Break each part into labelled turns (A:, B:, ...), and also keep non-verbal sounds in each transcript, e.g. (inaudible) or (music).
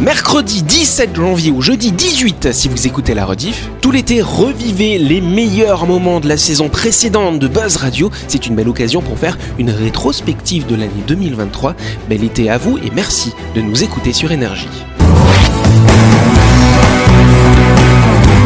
A: Mercredi 17 janvier ou jeudi 18, si vous écoutez la rediff, tout l'été revivez les meilleurs moments de la saison précédente de Buzz Radio. C'est une belle occasion pour faire une rétrospective de l'année 2023. Bel été à vous et merci de nous écouter sur Énergie.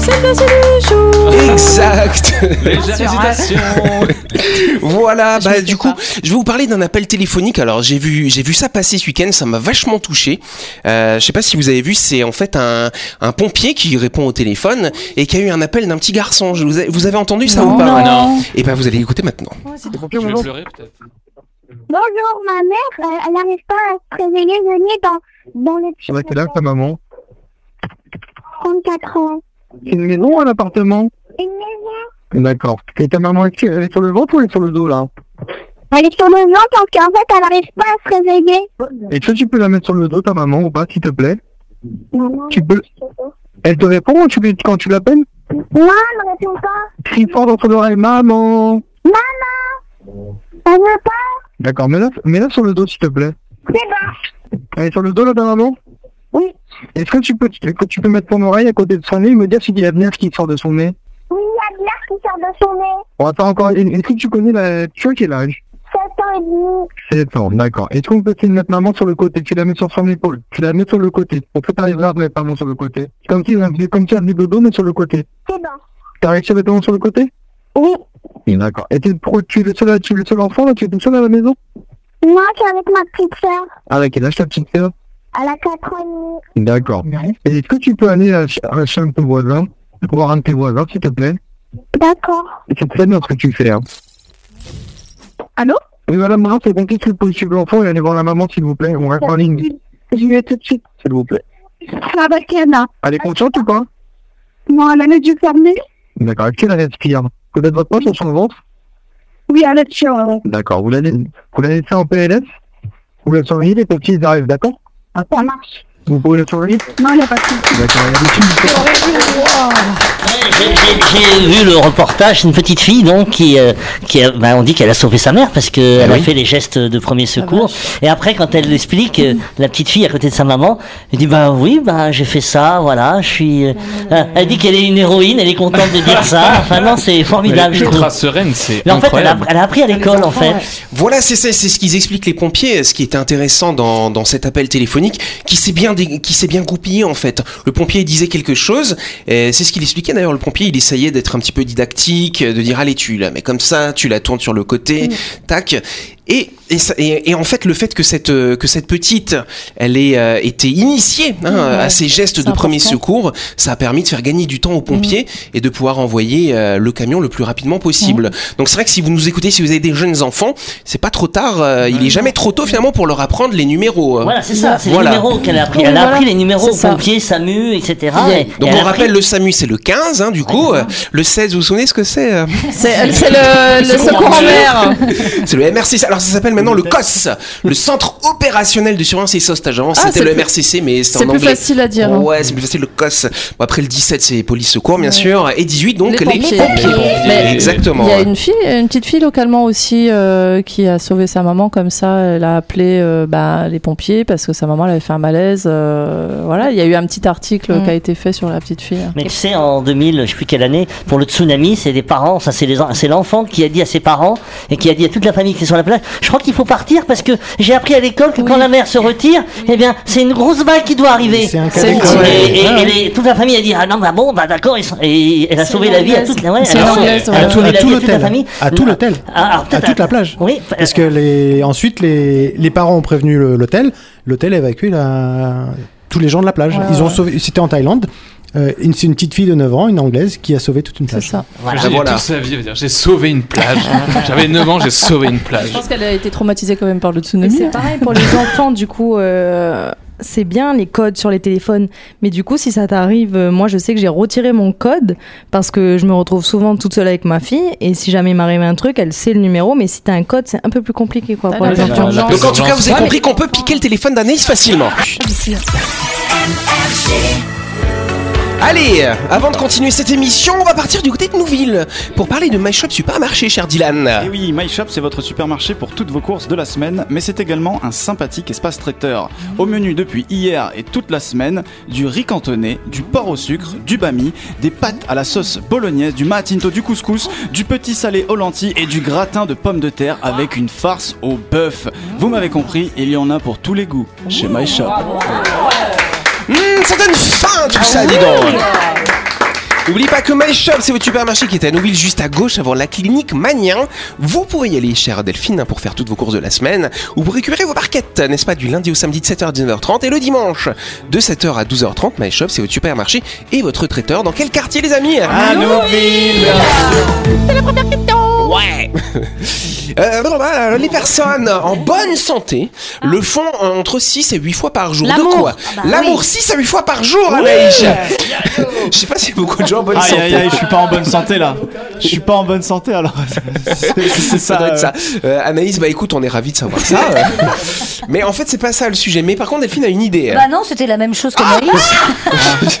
B: C'est le du jour.
A: Exact
B: (laughs)
C: Légère hésitation.
A: Voilà,
B: Je
A: bah
B: m'étais
A: du coup,
B: pas.
A: je vais vous parler d'un appel téléphonique. Alors j'ai vu, j'ai vu ça passer ce week-end, ça m'a vachement touché. Euh, je sais pas si vous avez vu, c'est en fait un, un pompier qui répond au téléphone et qui a eu un appel d'un petit garçon. Je vous, ai- vous avez entendu ça ou pas
C: non.
A: Et ben vous allez l'écouter maintenant.
C: Je vais pleurer peut-être.
D: Bonjour, ma mère, euh, elle n'arrive pas à se réveiller le nez dans, dans le petit
E: Elle a quel âge ta maman
D: 34 ans.
E: C'est une maison, un appartement
D: Une maison.
E: D'accord. Et ta maman, est-ce qu'elle est sur le ventre ou elle est sur le dos là
D: Elle est sur le ventre parce qu'en fait, elle n'arrive pas à se réveiller.
E: Et toi, tu peux la mettre sur le dos, ta maman, ou pas, s'il te plaît
D: Maman,
E: Tu peux...
D: je sais pas.
E: Elle te répond tu- quand tu l'appelles
D: Non, elle ne répond pas.
E: Crie fort dans ton oreille, maman
D: Elle veut pas.
E: D'accord, mets-la mets-la sur le dos, s'il te plaît.
D: C'est bon.
E: Elle est sur le dos là, ta maman
D: Oui.
E: Est-ce que tu peux, est-ce que tu peux mettre ton oreille à côté de son nez et me dire s'il y a de l'air qui sort de son nez
D: Oui, il y a de l'air qui sort de son nez.
E: On attend encore. Est-ce que tu connais la. Tu vois quel âge
D: 7 ans et demi.
E: 7 ans, d'accord. Et tu peux essayer de mettre maman sur le côté, tu la mets sur son épaule, tu la mets sur le côté. Pour que t'arrives là, à mettre maman sur le côté. Comme si comme si elle faisait dodo, mais sur le côté.
D: C'est bon.
E: T'as réussi à mettre maman sur le côté
D: Oui.
E: Oui, D'accord. Et t'es le pro- tu es le seul, tu es le seul enfant, là, tu es tout seul à la maison
D: Moi, je suis avec ma petite sœur.
E: Ah, là, quel âge ta petite sœur
D: Elle a 4 ans et demi.
E: D'accord. Et est-ce que tu peux aller à, ch- à chez un de tes voisins, voir un de tes voisins, s'il te plaît
D: D'accord.
E: C'est très bien ce que tu fais, hein.
B: Allô
E: Oui, madame, maman, c'est bon, qu'est-ce que vous pouvez suivre l'enfant et aller voir la maman, s'il vous plaît On reste en ligne,
B: Bah, Je vais tout de suite.
E: s'il vous plaît.
B: Ça va, Kiana.
E: Elle est consciente ou pas
B: Non, elle a dû fermer.
E: D'accord. Est-ce qu'elle respire Vous êtes votre poche sur son ventre
B: Oui, elle est sur.
D: euh,
E: D'accord. Vous la laissez, vous la laissez en PLS Vous la surveillez, les petits, ils arrivent, d'accord
B: Ça marche.
E: Vous pouvez la surveiller
B: Non, il n'y a pas de souci.
E: D'accord. Il y a des filles qui sont-
F: J'ai- j'ai- J'ai vu le reportage, une petite fille donc qui, euh, qui a- bah, on dit qu'elle a sauvé sa mère parce qu'elle a fait les gestes de premier secours. Et après, quand elle l'explique, euh, la petite fille à côté de sa maman, elle dit bah oui, bah j'ai fait ça, voilà, je suis. euh, euh, elle dit qu'elle est une héroïne, elle est contente de dire ça. Enfin non, c'est formidable, je trouve.
C: Ultra sereine, c'est
F: Mais en fait, elle a,
C: incroyable.
F: elle a appris à l'école en fait.
A: Voilà, c'est ça, c'est ce qu'ils expliquent les pompiers. Ce qui était intéressant dans, dans cet appel téléphonique, qui s'est bien dé- qui s'est bien goupillé en fait. Le pompier disait quelque chose, et c'est ce qu'il expliquait d'ailleurs. Le pompier, il essayait d'être un petit peu didactique, de dire allez tu la mets comme ça, tu la tournes sur le côté, tac. Et, et, ça- et- et en fait, le fait que cette euh, que cette petite, elle ait euh, été initiée hein, à ces gestes de premier secours, ça a permis de faire gagner du temps aux pompiers et de pouvoir envoyer euh, le camion le plus rapidement possible. Donc c'est vrai que si vous nous écoutez, si vous avez des jeunes enfants, c'est pas trop tard. euh, il est jamais trop tôt finalement pour leur apprendre les numéros. euh.
F: Voilà, c'est ça, c'est
A: Voilà.
F: les numéros qu'elle a appris.
G: Oui,
F: Elle a
G: voilà.
F: appris les numéros
G: C'est ça.
F: pompiers, SAMU, etc.
G: Yeah.
F: Et-
A: Donc
F: et elle
A: on
F: a appris-
A: rappelle le SAMU c'est le 15 hein, du coup, euh, le 16 vous vous souvenez ce que c'est euh
G: C'est c'est le, le secours en mer.
A: C'est le MRCC. Alors ça s'appelle maintenant le COS, le Centre opérationnel de surveillance et sauvetage. Avant
G: Ah,
A: c'était
G: c'est
A: le
G: plus-
A: MRCC mais c'est
G: C'est
A: en
G: plus
A: anglais.
G: facile à dire. hein.
A: Ouais, c'est plus facile le COS. Bon, après le 17 c'est police secours bien sûr et 18 donc les,
G: Mais
A: Exactement.
G: Il y a
A: ouais.
G: une fille, une petite fille localement aussi euh, qui a sauvé sa maman comme ça. Elle a appelé euh, bah, les pompiers parce que sa maman elle avait fait un malaise. euh, voilà, il y a eu un petit article
H: Mm.
G: qui a été fait sur la petite fille.
F: Mais tu sais, en 2000, je sais plus quelle année, pour le tsunami, c'est les parents, ça c'est les, en- c'est l'enfant qui a dit à ses parents et qui a dit à toute la famille qui est sur la plage, je crois qu'il faut partir parce que j'ai appris à l'école que quand la mer se retire, eh bien, c'est une grosse vague qui doit arriver.
I: C'est Ah un cas
G: C'est
F: Et-
I: d'école.
F: Et, et- et les- toute la famille a dit, ah non, bah bon, bah d'accord, ils sont- et elle a
H: C'est
F: sauvé la vie à
H: l'anglaise.
F: toute la, ouais,
G: C'est
F: elle a sauvé-
G: l'anglaise,
F: elle a
G: voilà.
I: à tout,
F: sauvé
I: à
F: la
I: tout
F: vie à toute la
I: l'hôtel,
F: famille.
I: à tout l'hôtel,
F: Ah, alors,
I: à
F: peut-être
I: toute
F: à-
I: la plage.
F: Oui, euh,
I: Parce que les ensuite les, les parents ont prévenu le- l'hôtel, l'hôtel a évacué la- tous les gens de la plage.
G: Ouais,
I: Ils ont
G: ouais.
I: sauvé. C'était en Thaïlande. Euh, une- c'est une petite fille de 9 ans, une anglaise, qui a sauvé toute une
G: C'est
I: plage.
G: ça.
F: voilà.
C: J'ai
A: voilà.
C: toute sa vie, je veux dire, j'ai sauvé une plage. J'avais 9 ans, j'ai sauvé une
G: Je
C: plage.
G: pense qu'elle a été traumatisée quand même par le
H: Mais
G: tsunami.
H: c'est pareil pour les enfants, du coup, euh, c'est bien les codes sur les téléphones, mais du coup, si ça t'arrive, euh, moi je sais que j'ai retiré mon code parce que je me retrouve souvent toute seule avec ma fille et si jamais il m'arrive un truc, elle sait le numéro, mais si t'as un code, c'est un peu plus compliqué quoi. Pour
G: Ah,
H: les
G: non,
H: enfants.
G: non, non.
A: Donc en tout cas, vous avez compris qu'on peut piquer le téléphone d'Anaïs facilement. Allez, avant de continuer cette émission, on va partir du côté de Nouville pour parler de My Shop Supermarché, cher
J: Et
A: Dylan.
J: oui, My Shop, c'est votre supermarché pour toutes vos courses de la semaine, mais c'est également un sympathique espace traiteur. Au menu depuis hier et toute la semaine, du riz cantonné, du porc au sucre, du bami, des pâtes à la sauce bolognaise, du matinto, du couscous, du petit salé aux lentilles et du gratin de pommes de terre avec une farce au bœuf. Vous m'avez compris, il y en a pour tous les goûts chez My Shop.
A: Mmh, ça donne faim tout ça, dis donc. N'oublie pas que My Shop, c'est votre supermarché qui est à Nouville, juste à gauche avant la clinique Magnien. Vous pourrez y aller, chère Delphine, pour faire toutes vos courses de la semaine ou pour récupérer vos barquettes, n'est-ce pas, du lundi au samedi de 7h à 19h30 et le dimanche de 7h à 12h30. My Shop, c'est votre supermarché et votre traiteur. Dans quel quartier, les amis
K: Ah.
I: Ah,
J: À Nouville
A: Ouais. Euh, bon, bah, les personnes en bonne santé le font entre 6 et 8 fois par jour. De
B: L'amour.
A: quoi L'amour 6 à 8 fois par jour, Anaïs (laughs) Je sais pas si beaucoup de gens en bonne
J: Aïe
A: santé.
J: aïe aïe, je suis pas en bonne santé là. Je suis pas en bonne
I: (laughs)
J: santé alors. C'est c'est
A: Ça doit être
J: euh,
A: ça. Euh, Anaïs, bah écoute, on est ravis de savoir ça. euh. Mais en fait, c'est pas ça le sujet. Mais par contre, Delphine a une idée. hein.
L: Bah non, c'était la même chose que Marie.
A: Ah,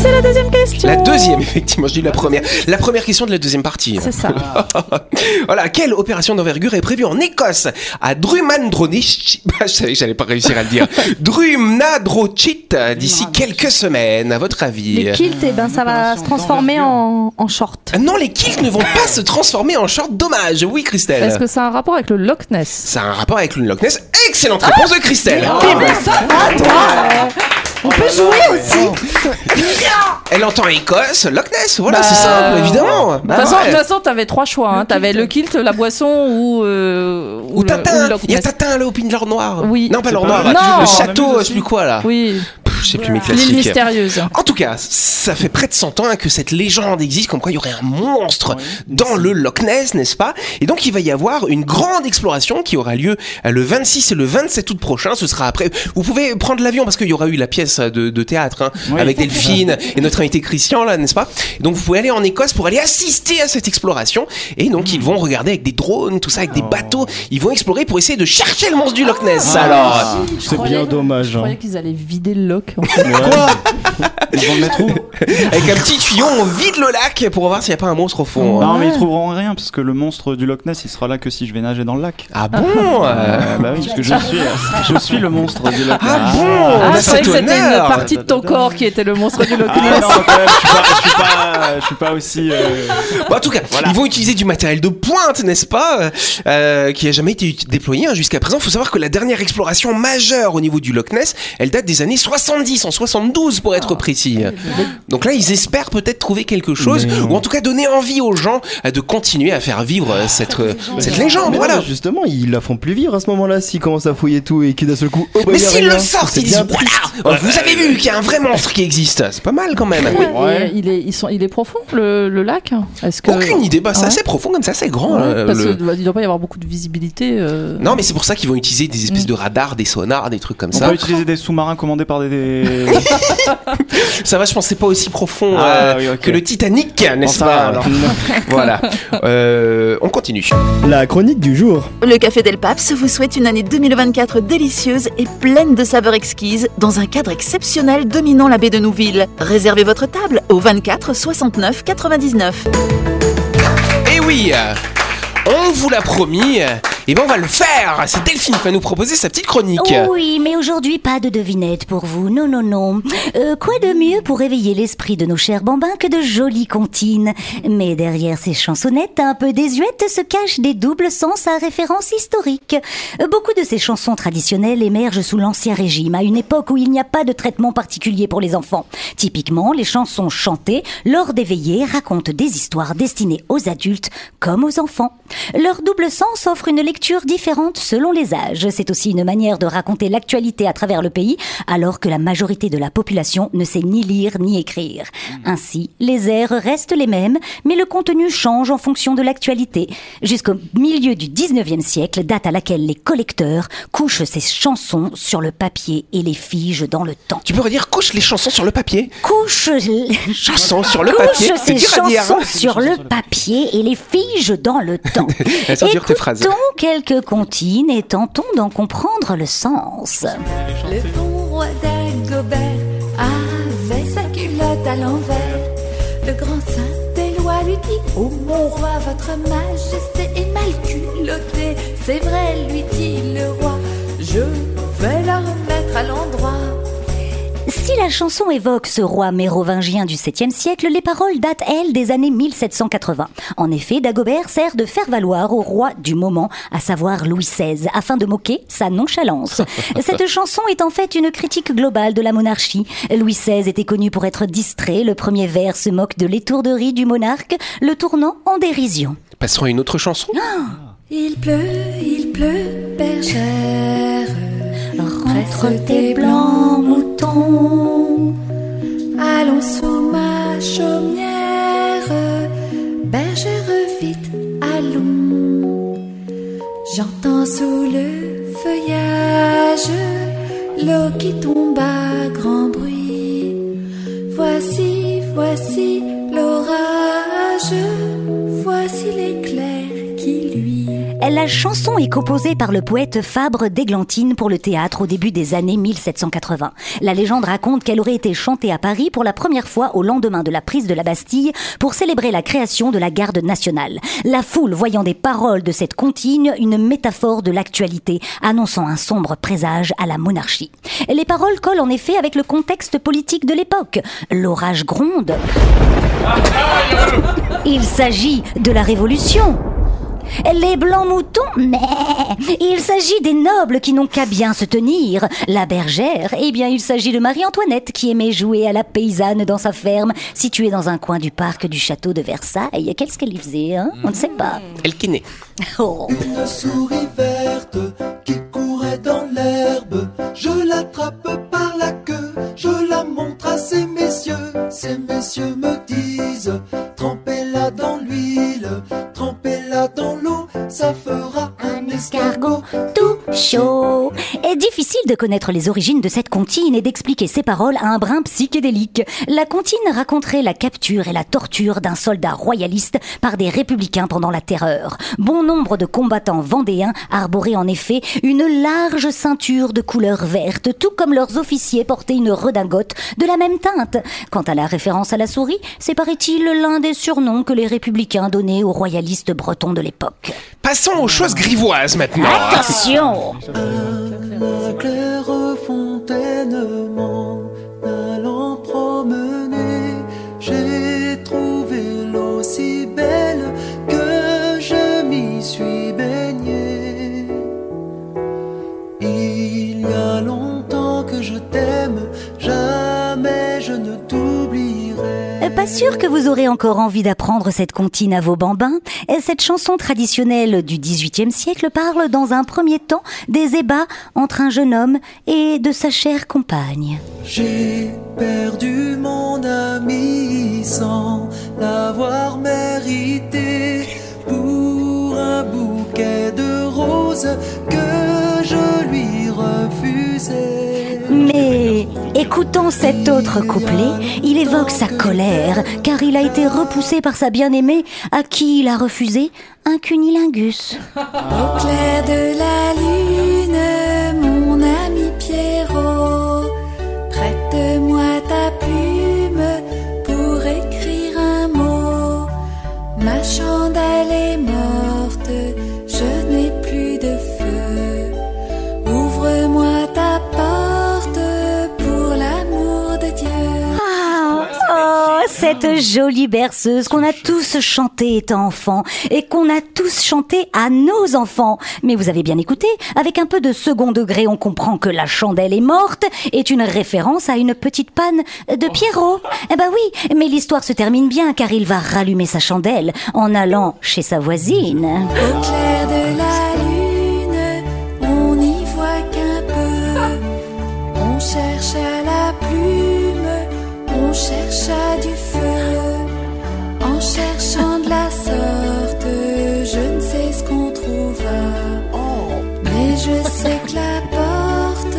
H: C'est la deuxième question.
A: La deuxième, (laughs) effectivement, je dis la première. La première question de la deuxième partie. hein.
H: C'est ça.
A: (laughs) voilà, quelle opération d'envergure est prévue en Écosse à (laughs) Drumandronich Je savais que j'allais pas réussir à le dire. Drumnadrochit euh, d'ici quelques semaines, à votre avis
H: Les kilts, eh ben, ça va se transformer en, en short.
A: Ah Non, les kilts ne vont pas se transformer en short, dommage. Oui,
G: Est-ce
A: Christelle.
G: que ça a un rapport avec le Loch Ness
A: Ah, Ça a un rapport avec le Loch Ness. Excellente réponse de Christelle.
G: Ah, mais ça va, toi
A: On peut jouer aussi Oh (laughs) Elle entend Écosse, Loch Ness, voilà, c'est simple, évidemment.
G: De toute
A: Bah
G: façon,
A: ouais.
G: de toute façon, t'avais trois choix. Hein. T'avais le kilt, la boisson ou. euh, ou, le- ou
A: Tintin,
G: le Loch
A: il y a
G: Ness.
A: Tintin là au Pin de l'or noir.
G: Oui.
A: Non, pas l'or
G: C'est
A: noir,
G: pas mal.
A: là,
G: Non.
A: le
G: On
A: château,
G: amuse
A: je sais plus quoi là.
G: Oui.
A: Pff, Je sais plus mes
G: L'île
A: classiques.
G: mystérieuse.
A: En tout cas, ça fait près de 100 ans hein, que cette légende existe, comme quoi il y aurait un monstre dans le Loch Ness, n'est-ce pas Et donc il va y avoir une grande exploration qui aura lieu euh, le 26 et le 27 août prochain. Ce sera après. Vous pouvez prendre l'avion parce qu'il y aura eu la pièce de, de théâtre hein, avec Delphine et notre invité Christian là, n'est-ce pas Et Donc vous pouvez aller en Écosse pour aller assister à cette exploration. Et donc ils vont regarder avec des drones, tout ça, avec des bateaux. Ils vont explorer pour essayer de chercher le monstre du Loch Ness.
K: Ah,
A: alors.
K: si, je C'est croyais- bien dommage,
G: Je
K: hein.
G: croyais qu'ils allaient vider le loch.
A: Avec un petit tuyau, on vide le lac pour voir s'il n'y a pas un monstre au fond. hein.
J: Non, mais ils trouveront rien parce que le monstre du Loch Ness il sera là que si je vais nager dans le lac.
A: Ah bon
K: Ah.
J: Euh, Bah oui, parce que je suis, je suis le monstre du Loch Ness. Ah
G: Ah, je croyais que c'était une partie de ton corps qui était le monstre du loch.
J: Ah non, quand même, je suis pas, je suis pas, je suis pas aussi. euh,
A: Bon, en tout cas, ils vont utiliser du matériel de pointe, n'est-ce pas euh, Qui a jamais été ut- déployé hein, jusqu'à présent. Il faut savoir que la dernière exploration majeure au niveau du Loch Ness, elle date des années 70, en 72 pour
G: Ah.
A: être précis. Donc là, ils espèrent peut-être trouver quelque chose, ou en tout cas donner envie aux gens euh, de continuer à faire vivre
G: Ah,
A: euh, cette, euh, cette légende.
K: Mais
A: Voilà.
K: non, mais Justement, ils la font plus vivre à ce moment-là s'ils commencent à fouiller tout et qu'ils d'un seul coup. oh, bah,
A: Mais
K: il y a
A: s'ils
K: rien.
A: le sortent,
K: C'est
A: ils disent
K: bien
A: voilà, euh,
K: triste.
A: vous avez vu qu'il y a un vrai monstre qui existe. C'est pas mal quand même.
G: Et Il, est, ils sont- il est profond le, le lac Est-ce que... Ah
A: Aucune idée, bah, c'est
G: Ouais.
A: assez profond comme ça, c'est grand.
G: Ouais,
A: euh,
G: parce
A: le-
G: qu'il ne doit pas y avoir beaucoup de visibilité. euh.
A: Non, mais c'est pour ça qu'ils vont utiliser des espèces
G: Mm.
A: de radars, des sonars, des trucs comme
J: On
A: ça.
J: peut utiliser des sous-marins commandés par des. des-
A: (laughs) Ça va, je pense, c'est pas aussi profond
J: Ah,
A: euh,
J: oui, ok.
A: que le Titanic, n'est-ce
J: ça
A: pas
J: va, (laughs) alors.
A: Voilà. Euh, on continue.
K: La chronique du jour.
B: Le Café Del Paps vous souhaite une année 2024 délicieuse et pleine de saveurs exquises dans un cadre exceptionnel dominant la baie de Nouville. Réservez votre table au 24 69 99.
A: Et oui euh, on vous l'a promis, euh, et ben on va le faire. C'est Delphine qui va nous proposer sa petite chronique.
L: Oh Oui, mais aujourd'hui, pas de devinette pour vous. Non, non, non. Euh, quoi de mieux pour réveiller l'esprit de nos chers bambins que de jolies comptines Mais derrière ces chansonnettes un peu désuètes se cachent des doubles sens à référence historique. Euh, Beaucoup de ces chansons traditionnelles émergent sous l'Ancien Régime, à une époque où il n'y a pas de traitement particulier pour les enfants. Typiquement, les chansons chantées lors des veillées racontent des histoires destinées aux adultes comme aux enfants. Leur double sens offre une lecture différente selon les âges. C'est aussi une manière de raconter l'actualité à travers le pays, alors que la majorité de la population ne sait ni lire ni écrire. Ainsi, les airs restent les mêmes, mais le contenu change en fonction de l'actualité. Jusqu'au milieu du 19e siècle, date à laquelle les collecteurs couchent ces chansons sur le papier et les figent dans le temps.
A: Tu peux redire couche les chansons sur le papier
L: Couche les
A: chansons sur le
L: couche
A: papier. C'est
L: ces
A: dur à dire. hein.
L: chansons sur le papier et les fige dans le temps.
A: (laughs) Elles sont dures, tes phrases.
L: Écoutons quelques comptines et tentons d'en comprendre le sens.
M: Le bon roi d'Agobert avait sa culotte à l'envers. Le grand saint des lois lui dit Ô mon roi, votre majesté est mal culottée. C'est vrai, lui dit le roi, je vais la remettre à l'endroit.
L: Si la chanson évoque ce roi mérovingien du 7e siècle, les paroles datent, elles, des années 1780. En effet, Dagobert sert de faire valoir au roi du moment, à savoir Louis XVI, afin de moquer sa
A: (laughs)
L: nonchalance. Cette chanson est en fait une critique globale de la monarchie. Louis XVI était connu pour être distrait, le premier vers se moque de l'étourderie du monarque, le tournant en dérision.
A: Passons à une autre chanson.
M: Il pleut, il pleut, bergère. Rentre tes blancs moutons. Allons sous ma chaumière. Ben, Bergère, vite, allons. J'entends sous le feuillage l'eau qui tombe à grand bruit. Voici, voici l'orage. Voici l'éclair qui
L: La chanson est composée par le poète Fabre d'Églantine pour le théâtre au début des années 1780. La légende raconte qu'elle aurait été chantée à Paris pour la première fois au lendemain de la prise de la Bastille pour célébrer la création de la garde nationale. La foule voyant des paroles de cette comptine une métaphore de l'actualité, annonçant un sombre présage à la monarchie. Les paroles collent en effet avec le contexte politique de l'époque. L'orage gronde. Il s'agit de la Révolution. Les blancs moutons, mais il s'agit des nobles qui n'ont qu'à bien se tenir. La bergère, eh bien, il s'agit de Marie-Antoinette qui aimait jouer à la paysanne dans sa ferme, située dans un coin du parc du château de Versailles. Qu'est-ce qu'elle y faisait, hein On ne sait pas.
A: Elle kiné.
L: Oh.
N: Une souris verte qui courait dans l'herbe. Je l'attrape par la queue, je la montre à ces messieurs. Ces messieurs me disent trempez-la dans l'huile, trempez-la dans l'eau, ça fera un escargot.
L: tout chaud. Est difficile de connaître les origines de cette comptine et d'expliquer ses paroles à un brin psychédélique. La comptine raconterait la capture et la torture d'un soldat royaliste par des républicains pendant la terreur. Bon nombre de combattants vendéens arboraient en effet une large ceinture de couleur verte, tout comme leurs officiers portaient une redingote de la même teinte. Quant à la référence à la souris, c'est paraît-il l'un des surnoms que les républicains donnaient aux royalistes bretons de l'époque.
A: Passons aux choses grivoises maintenant.
L: Attention
N: La Clairefontaine m'en allant promener, j'ai trouvé l'eau si belle que je m'y suis baigné. Il y a longtemps que je t'aime, jamais je ne t'oublierai.
L: Euh, Pas sûr que vous aurez encore envie d'apprendre cette comptine à vos bambins. Et Cette chanson traditionnelle du XVIIIe siècle parle dans un premier temps des ébats entre un jeune homme et de sa chère compagne.
N: J'ai perdu mon ami sans l'avoir mérité pour un bouquet de roses que je lui refusais.
L: Mais écoutant cet autre couplet, il évoque sa colère car il a été repoussé par sa bien-aimée à qui il a refusé un cunilingus.
M: Au clair de la lune, mon ami Pierrot, prête-moi ta plume pour écrire un mot. Ma chandelle est morte, je n'ai plus de feu. Ouvre-moi ta porte pour l'amour de Dieu.
L: Ah, oh, cette jolie berceuse qu'on a tous chantée étant enfant et qu'on a tous chantée à nos enfants. Mais vous avez bien écouté, avec un peu de second degré, on comprend que la chandelle est morte est une référence à une petite panne de Pierrot. Eh ben oui, mais l'histoire se termine bien car il va rallumer sa chandelle en allant chez sa voisine.
M: Au clair de la lune, on n'y voit qu'un peu. On cherche à la plume, on cherche à du feu. En cherchant de la sorte, je ne sais ce qu'on trouvera. Mais je sais que la porte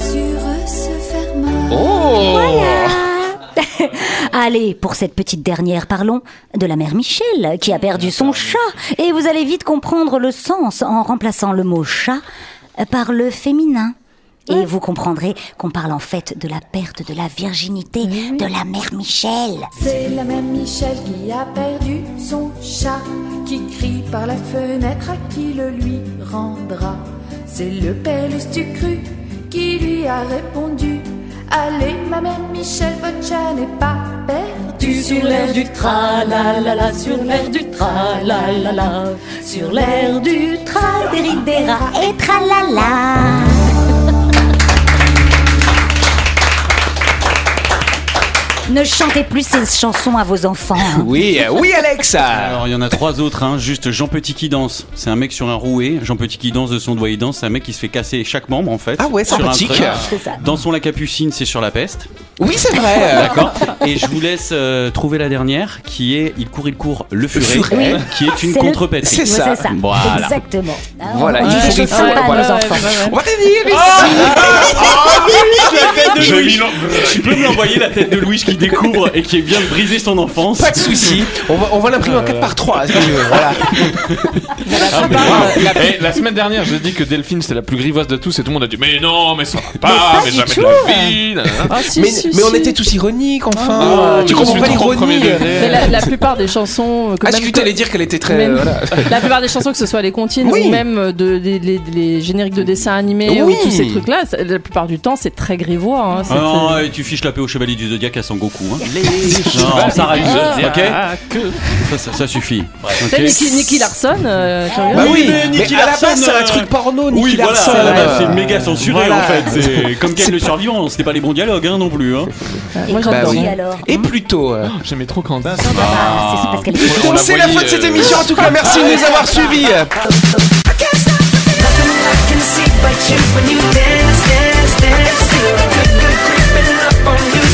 M: sur eux se ferma.
A: Oh.
L: Ah. (laughs) Allez, pour cette petite dernière, parlons de la mère Michel, qui a perdu son chat. Et vous allez vite comprendre le sens en remplaçant le mot chat par le féminin. Et vous comprendrez qu'on parle en fait de la perte de la virginité de la mère Michel.
M: C'est la même Michel qui a perdu son chat, qui crie par la fenêtre à qui le lui rendra. C'est le père tu cru qui lui a répondu Allez, ma mère Michel, votre chat n'est pas perdu.
O: Sur l'air du tra la la la, sur l'air du tra la la la, sur l'air du tra des rides des rats.
L: et
A: (laughs)
L: tralala. Ne chantez plus ces chansons à vos enfants.
A: Oui, euh, oui, Alex
P: Alors, il y en a trois autres, hein. juste Jean Petit qui danse. C'est un mec sur un rouet. Jean Petit qui danse de son doigt, il danse. C'est un mec qui se fait casser chaque membre, en fait.
A: Ah ouais,
P: sur un
A: sympathique.
P: truc.
A: (laughs) C'est ça.
P: Dansons la capucine, c'est sur la peste.
A: Oui, c'est vrai.
P: D'accord. Et je vous laisse euh, trouver la dernière, qui est Il court, il court, le furet,
L: furet.
P: qui est une
L: C'est le-
P: contre-pétrie.
L: C'est ça.
P: Voilà.
L: Exactement.
P: Voilà,
A: Ah,
L: on
P: il
L: dit
P: faut
L: des choses
P: qu'il faut-
L: sympas à
P: voilà,
L: nos
P: ouais,
L: enfants.
A: On va venir ici.
P: Ah, Je lui l'en- Tu peux me l'envoyer la tête de Louis qui découvre et qui vient de briser son enfance.
A: Pas de souci. On va, on va l'imprimer en 4 par 3. Voilà.
C: Eh, la... semaine dernière, j'ai dit que Delphine c'était la plus grivoise de tous et tout le monde a dit Mais non, mais ça va pas, mais, jamais de la vie. nanana.
G: Ah,
A: mais, mais on était tous ironiques, enfin.
C: Ah,
A: tu
C: je
A: comprends
C: suis
A: pas
C: trop
A: l'ironie.
C: premier degré.
G: Mais la, la plupart des chansons. euh, que
A: euh, Ah,
G: même
A: j'ai cru
G: que-
A: t'allais dire qu'elle était très.
G: Mais-
A: voilà.
G: La plupart des chansons, que ce soit les comptines
A: Oui.
G: ou même euh, de, les, les- les génériques de dessins animés
A: Oui.
G: ou tous ces trucs-là, ça- la plupart du temps, c'est très grivois. hein,
P: Ah
G: c'est-
P: non, ouais, tu fiches la paix au chevalier du Zodiac à son beaucoup. hein.
C: Les
P: gens s'arrêtent.
C: Ah.
P: Ok ça, ça- ça suffit. Ok
G: T'as Nicky, Nicky Larson euh, curieux.
P: Bah oui, mais Nicky
A: Mais à la
P: Larson,
A: base, c'est un
P: euh,
A: truc porno, Nicky
P: Oui, voilà,
A: Larson.
P: à la base,
A: Euh,
P: c'est méga censuré
A: voilà.
P: en fait. C'est comme Ken le survivant, c'était pas les bons dialogues hein, non plus. Hein.
A: moi, Bah j'adore. oui. Alors
P: Et
A: plutôt.
C: Oh, J'aimais trop quand.
A: Bon, C'est la fin de
P: euh,
A: cette émission. En tout cas, merci de nous avoir suivis.